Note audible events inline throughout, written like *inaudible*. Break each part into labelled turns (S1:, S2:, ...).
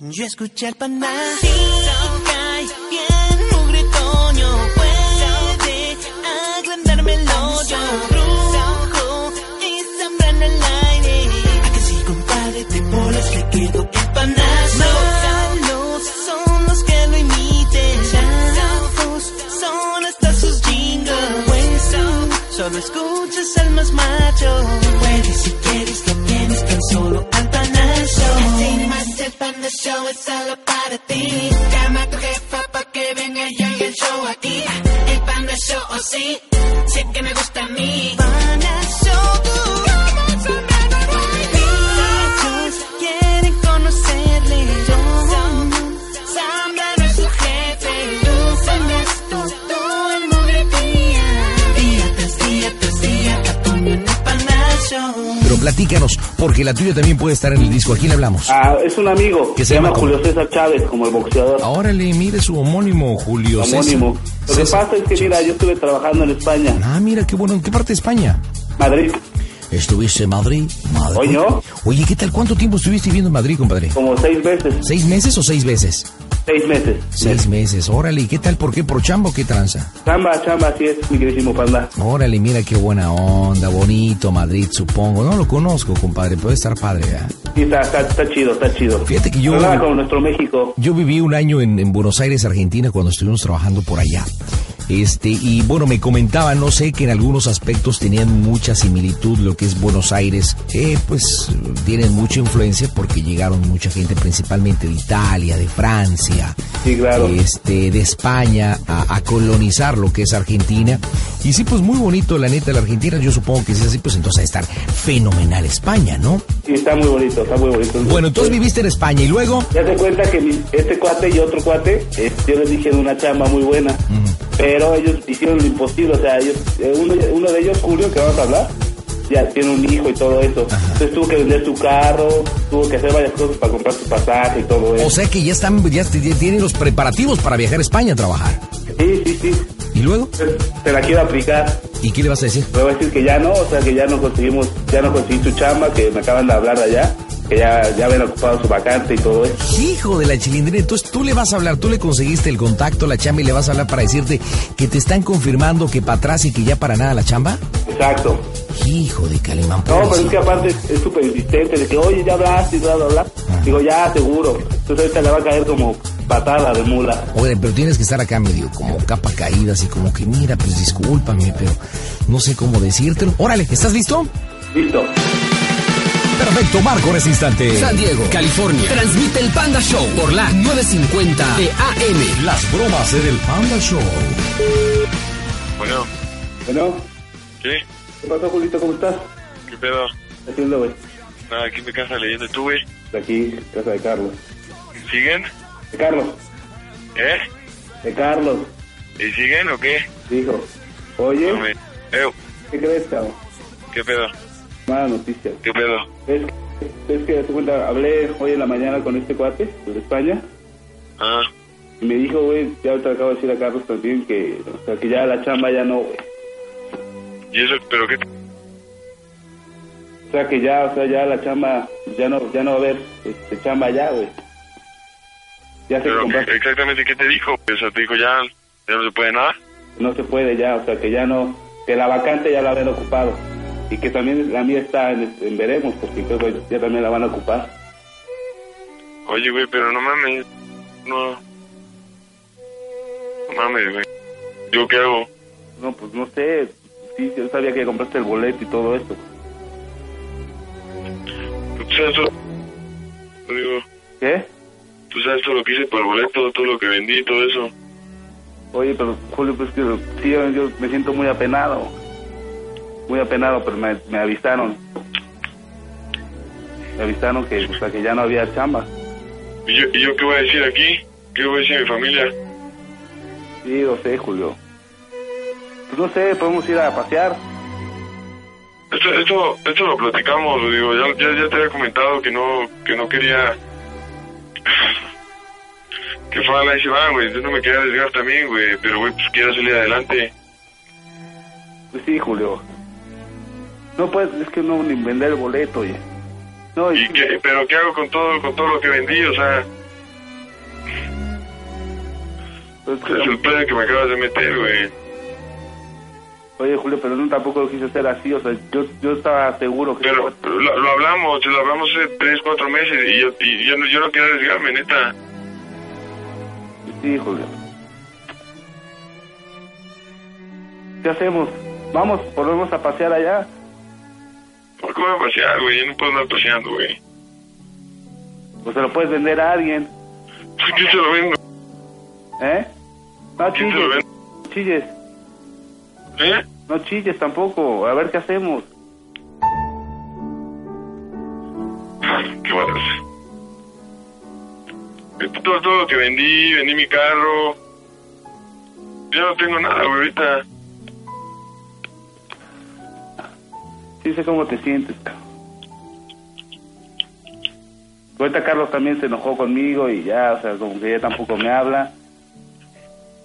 S1: Yo escuché al paná. Si cae bien, mugre coño. Puede agrandarme el hoyo. Brujo y zambrano el aire. A que sí, compadre, te bolas que quedó el panazo. Malos son los que lo imiten. Chafos son hasta sus jingles. Pues tú solo escuchas al más macho. Puedes si quieres, lo tienes tan solo al panazo. Así más el panazo es solo para ti. Llama a tu jefa pa' que venga y haga el show aquí. El panazo, o sí, sé que me gusta a mí. Panazo, tú. Muchos quieren conocerle. Yo, Sandra no es su jefe. Tú, Sandra, es tú, tú, el mugre tía. Día tras día tras día, Catuño en el panazo.
S2: Pero platícanos, porque la tuya también puede estar en el disco. ¿A quién hablamos?
S3: Ah, es un amigo.
S2: ¿Qué
S3: que
S2: se
S3: se
S2: llama
S3: llama
S2: cómo?
S3: Julio César Chávez, como el boxeador
S2: Órale, mire su homónimo, Julio César.
S3: homónimo. Lo que
S2: César.
S3: pasa es que, mira, yo estuve trabajando en España,
S2: Ah, mira, qué bueno. ¿En qué parte de España?
S3: Madrid,
S2: ¿Estuviste en Madrid? Madrid.
S3: Coño.
S2: Oye, ¿qué tal? ¿Cuánto tiempo estuviste viviendo en Madrid, compadre?
S3: como seis veces,
S2: ¿Seis meses o seis veces?
S3: seis meses.
S2: Seis meses. Órale, ¿y qué tal? ¿Por qué? ¿Por chambo o qué tranza?
S3: Chamba, chamba, así es, mi queridísimo panda.
S2: Órale, mira qué buena onda, bonito Madrid, supongo. No lo conozco, compadre, puede estar padre. ¿eh? ¿verdad?
S3: Sí, está, está, está chido, está chido.
S2: Fíjate que yo-
S3: Pero nada como nuestro México.
S2: Yo viví un año en, en Buenos Aires, Argentina, cuando estuvimos trabajando por allá. Este, y bueno, me comentaba, no sé, que en algunos aspectos tenían mucha similitud lo que es Buenos Aires, que pues tienen mucha influencia porque llegaron mucha gente principalmente de Italia, de Francia,
S3: Sí, claro.
S2: este, de España a, a colonizar lo que es Argentina. Y sí, pues muy bonito, la neta, la Argentina, yo supongo que si es así, pues entonces va a estar fenomenal España, ¿no?
S3: Sí, está muy bonito, está muy bonito.
S2: Bueno, entonces viviste en España y luego...
S3: Ya te cuenta que mi- este cuate y otro cuate, eh, yo les dije en una chamba muy buena, pero ellos hicieron lo imposible, o sea, ellos, eh, uno, uno de ellos, Julio, que vamos a hablar, ya tiene un hijo y todo eso. Entonces tuvo que vender su carro, tuvo que hacer varias cosas para comprar su pasaje y todo eso.
S2: O sea que ya están, ya, ya tienen los preparativos para viajar a España a trabajar.
S3: sí, sí, sí.
S2: ¿Y luego?
S3: Entonces, Te la quiero aplicar.
S2: ¿Y qué le vas a decir?
S3: Le voy a decir que ya no, o sea, que ya no conseguimos, ya no conseguí su chamba, que me acaban de hablar de allá, que ya, ya habían ocupado su vacante y todo eso.
S2: Hijo de la chilindrina, entonces tú le vas a hablar, tú le conseguiste el contacto, la chamba y le vas a hablar para decirte que te están confirmando que para atrás y que ya para nada la chamba.
S3: Exacto.
S2: Hijo de Calimán. pues.
S3: No, pero es
S2: pobrecito.
S3: que aparte es es súper insistente, de que oye, ya hablaste y bla, bla, bla. Digo, ya, seguro. Entonces ahorita le va a caer como patada de mula.
S2: Oye, pero tienes que estar acá medio como capa caída, así como que mira, pues discúlpame, pero no sé cómo decírtelo. Órale, ¿estás listo?
S3: Listo.
S2: Perfecto, Marco, en este instante.
S4: San Diego, California. Transmite el Panda Show por la 950 de AM.
S2: Las bromas en el Panda Show.
S5: Bueno,
S3: Bueno,
S5: ¿qué?
S3: ¿qué pasó, Julito? ¿Cómo estás?
S5: ¿Qué pedo?
S3: ¿Qué haciendo, güey?
S5: Nada, aquí me casa leyendo tú, güey.
S3: De aquí, casa de Carlos.
S5: ¿Siguen?
S3: De Carlos,
S5: ¿Eh?
S3: de Carlos,
S5: ¿Y siguen o qué?
S3: dijo. Oye,
S5: No me- Eh,
S3: ¿qué crees, cabrón?
S5: ¿Qué pedo?
S3: Mala noticia.
S5: ¿Qué pedo?
S3: ¿Ves que, ves que te cuenta, hablé hoy en la mañana con este cuate de España?
S5: Ah,
S3: Y me dijo, güey, ya te acabo de decir a Carlos también que, o sea, que ya la chamba ya no, güey.
S5: ¿y eso? ¿Pero qué?
S3: O sea que ya, o sea, ya la chamba, ya no, ya no va a haber este, chamba ya, güey. Ya se
S5: ¿Pero
S3: compraste,
S5: exactamente qué te dijo? O sea, te dijo ya, ya no se puede nada.
S3: no se puede ya, o sea que ya no, que la vacante ya la habían ocupado. Y que también la mía está en, en veremos, porque creo que ya también la van a ocupar.
S5: Oye, güey, pero no mames. No. No mames, güey. ¿Yo qué hago?
S3: No, pues no sé, sí, yo sabía que compraste el boleto y todo esto.
S5: Tú sabes todo. Yo Digo,
S3: ¿Qué?
S5: tú sabes todo lo que hice por el boleto, todo lo que vendí, todo eso.
S3: Oye, pero Julio, pues que sí, yo, yo me siento muy apenado. Muy apenado, pero me, me avisaron. Me avisaron que, o sea, que ya no había chamba.
S5: ¿Y yo, ¿Y yo qué voy a decir aquí? ¿Qué voy a decir a mi familia?
S3: Sí, lo sé, Julio. Pues no sé, podemos ir a pasear.
S5: Esto, esto, esto lo platicamos, digo, ya, ya, ya te había comentado que no, que no quería *laughs* que fuera la va, güey, yo no me quería arriesgar también, güey, pero güey, pues quiero salir adelante.
S3: Pues sí, Julio. No puedes, es que no, ni vender el boleto, oye. No,
S5: ¿Y qué, pero qué hago con todo, con todo lo que vendí? O sea,
S3: pues,
S5: Es el plan que me acabas de meter, güey.
S3: Oye, Julio, pero no tampoco lo quise hacer así, o sea, yo, yo estaba seguro que... pues
S5: Pero pero lo, lo hablamos, lo hablamos hace tres, cuatro meses y yo, y yo, no, yo no quiero arriesgarme, neta.
S3: Sí, Julio. ¿Qué hacemos? Vamos, volvemos a pasear allá.
S5: ¿Por qué voy a pasear, güey? Yo no puedo andar paseando, güey. *laughs*
S3: O se lo puedes vender a alguien,
S5: Pues, ¿Quién se lo vende?
S3: ¿eh? No
S5: ¿Quién se lo
S3: chilles,
S5: vende?
S3: no chilles,
S5: ¿Eh?
S3: no chilles tampoco, a ver qué hacemos.
S5: ¿Qué vas a hacer? Esto- Todo, todo lo que vendí, vendí mi carro. Ya no tengo nada, güey, ahorita.
S3: Sí sé cómo te sientes, cabrón. Ahorita Carlos también se enojó conmigo y ya, o sea, como que ya tampoco me habla.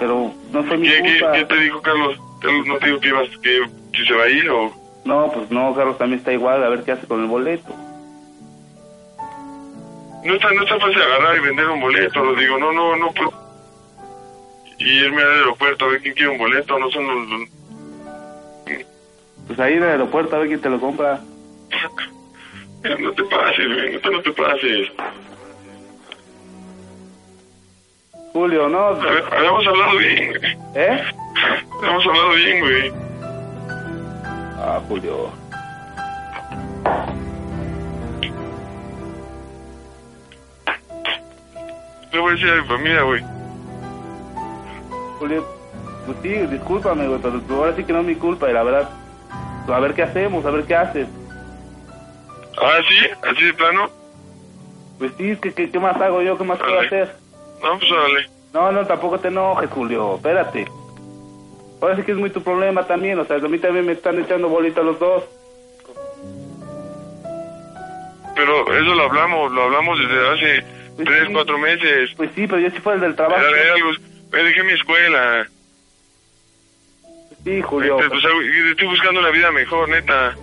S3: Pero no fue mi
S5: ¿Qué, qué,
S3: culpa.
S5: qué te dijo Carlos? Carlos no te dijo que, ibas, que, que se va a ir o...
S3: No, pues no, Carlos también está igual, a ver qué hace con el boleto.
S5: No está, no está fácil agarrar y vender un boleto, lo digo, no, no, no puedo. Y irme al aeropuerto a ver quién quiere un boleto, no son los... los-
S3: Pues ahí en el aeropuerto a ver quién te lo compra.
S5: Mira, No te pases, güey, neta, no te pases.
S3: Julio, no,
S5: Hab- Habíamos hablado bien, güey.
S3: ¿eh?
S5: Habíamos hablado bien, güey.
S3: Ah, Julio.
S5: Le voy a decir a mi familia, güey.
S3: Julio, pues sí, discúlpame, güey, pero pues ahora sí que no es mi culpa y la verdad, pues, a ver qué hacemos, a ver qué haces.
S5: Ah, sí, así de plano.
S3: Pues sí, ¿qué, qué, qué más hago yo? ¿Qué más puedo
S5: Dale.
S3: hacer?
S5: No, pues dale.
S3: No, no, tampoco te enojes, Julio, espérate. Ahora sí que es muy tu problema también, o sea, a mí también me están echando bolita los dos.
S5: Pero eso lo hablamos, lo hablamos desde hace
S3: Pues
S5: tres,
S3: sí.
S5: cuatro meses.
S3: Pues sí, pero yo sí fue el del trabajo.
S5: Era, era algo, eh, dejé mi escuela.
S3: Sí, Julio.
S5: Este, pues, algo- y estoy buscando la vida mejor, neta.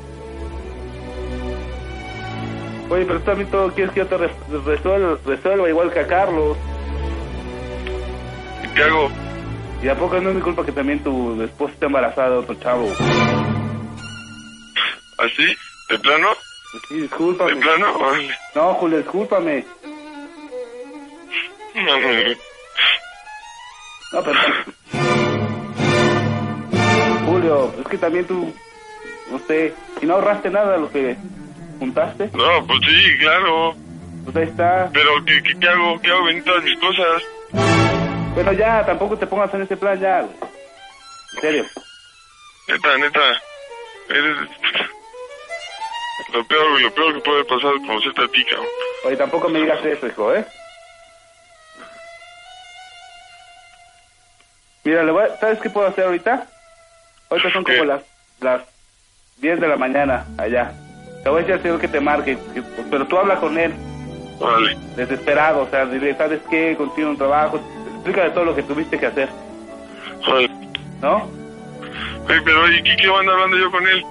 S3: Oye, pero tú también todo quieres que yo te re- resuelva, resuelva igual que a Carlos.
S5: ¿Qué hago?
S3: ¿Y a poco no es mi culpa que también tu esposa esté embarazada de otro chavo? Pues
S5: ¿Así? ¿De plano?
S3: Pues sí,
S5: ¿De
S3: discúlpame.
S5: plano? Órale.
S3: No, Julio, discúlpame.
S5: No, no, no.
S3: No, pero... Julio, es que también tú... No sé, si no ahorraste nada de lo que juntaste,
S5: No, pues sí, claro.
S3: pues ahí está.
S5: Pero ¿qué, qué, qué hago? ¿Qué hago? Vendí todas mis cosas.
S3: Bueno, ya, tampoco te pongas en ese plan ya, güey. En serio.
S5: Neta, neta. Eres... Lo peor, güey, lo peor que puede pasar es conocerte a ti, cabrón.
S3: Oye, tampoco me digas eso, hijo, ¿eh? Mira, le voy a- ¿sabes qué puedo hacer ahorita? Ahorita son como
S5: ¿Qué?
S3: las, las 10 de la mañana allá. Te voy a decir al señor que te marque, que- pero tú habla con él,
S5: Órale.
S3: desesperado, o sea, dile, ¿sabes qué? Consigue un trabajo, explícale todo lo que tuviste que hacer,
S5: Órale.
S3: ¿no?
S5: Oye, pero ¿y qué, qué van hablando yo con él?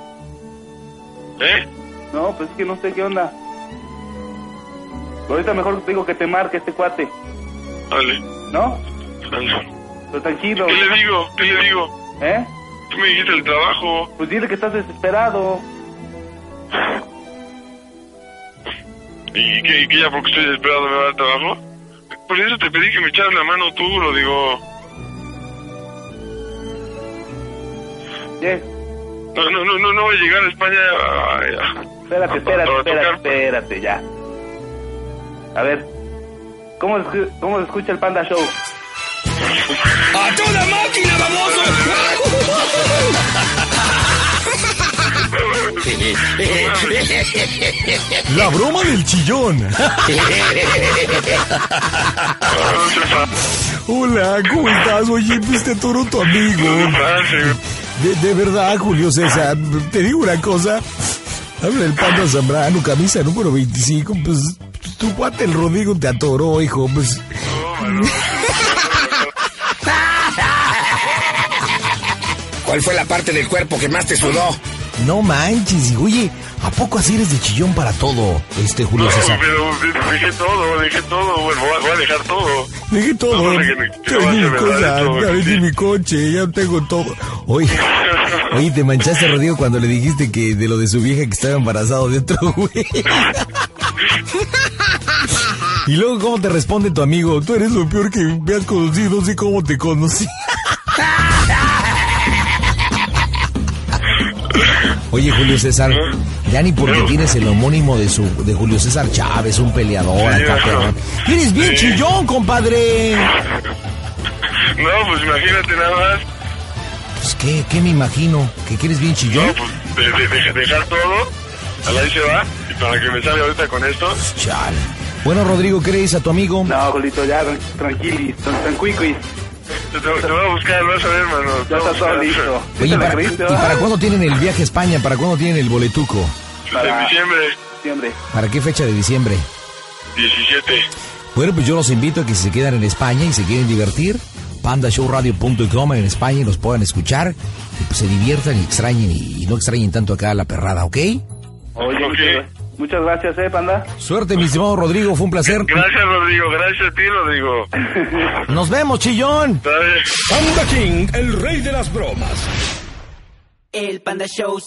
S5: ¿Eh?
S3: No, pues es que no sé qué onda. Ahorita mejor te digo que te marque este cuate,
S5: Dale,
S3: ¿no?
S5: dale.
S3: Pero tranquilo,
S5: ¿Qué le digo? ¿Qué le digo?
S3: ¿eh?
S5: Tú me dijiste el trabajo.
S3: Pues dile que estás desesperado.
S5: ¿Y que, y que ya porque estoy desesperado me va a dar trabajo? Por eso te pedí que me echaras la mano tú, lo digo.
S3: Yes.
S5: No, no, no, no, no voy a llegar a España a,
S3: Espérate, espérate, espérate, espérate, ya. A ver, ¿cómo, escu- cómo se escucha el Panda Show?
S4: ¡A toda máquina, baboso!
S6: La broma del chillón. *laughs* Hola, ¿cómo estás? Oye, pues te toro tu amigo. De, de verdad, Julio César, te digo una cosa. Habla el panda Zambrano, camisa número 25. Pues tu cuate el Rodrigo te atoró, hijo. Pues
S4: ¿Cuál fue la parte del cuerpo que más te sudó?
S2: No manches, y oye, ¿a poco así eres de chillón para todo, este Julio
S5: No,
S2: César?
S5: pero dejé todo, dejé todo, bueno, voy a, voy a dejar todo.
S6: Dejé todo.
S5: No, no sé que me- que
S6: Perdí
S5: no va a
S6: mi
S5: ser
S6: cosa,
S5: verdadero,
S6: ya vendí
S5: sí.
S6: mi coche, ya tengo todo.
S2: Oye, oye, te manchaste, Rodrigo, cuando le dijiste que de lo de su vieja que estaba embarazado de otro güey. Y luego, ¿cómo te responde tu amigo?
S6: Tú eres lo peor que me has conocido, no sé cómo te conocí.
S2: Oye, Julio César, ya ni porque tienes el homónimo de su de Julio César Chávez, un peleador,
S5: Sí,
S2: acá,
S5: claro.
S2: perro. Eres bien
S5: Sí.
S2: chillón, compadre.
S5: No, pues imagínate nada más.
S2: Pues qué, qué me imagino, que quieres bien chillón.
S5: No, pues de, de- de- dejar todo. A la ahí se va. Y para que me salga ahorita con esto.
S2: Chale. Bueno, Rodrigo, ¿qué le dices a tu amigo?
S3: No, Julito, ya tranquilis, tran- tranquiquis.
S5: Te, te- te voy a buscar, vas a ver, hermano. Te
S3: Ya
S5: voy a
S3: está todo
S5: buscar.
S3: listo.
S2: Oye,
S3: ¿Sí te la
S2: ¿para- ¿y
S3: creíste, va?
S2: para cuándo tienen el viaje a España? ¿Para cuándo tienen el boletuco?
S5: Pues, En
S3: Para-
S5: diciembre
S3: Siempre.
S2: ¿Para qué fecha de diciembre?
S5: 17.
S2: Bueno, pues yo los invito a que si se quedan en España y se quieren divertir, pandashowradio.com en España y los puedan escuchar, y pues se diviertan y extrañen y, y no extrañen tanto acá a la perrada, ¿ok?
S3: Oye,
S5: Ok.
S3: muchas, muchas gracias, eh, panda.
S2: Suerte, mi estimado Rodrigo, fue un placer.
S5: Gracias, Rodrigo. Gracias a ti, Rodrigo.
S2: Nos vemos, chillón.
S5: ¿Sabes?
S7: Panda King, el rey de las bromas.
S1: El Panda Show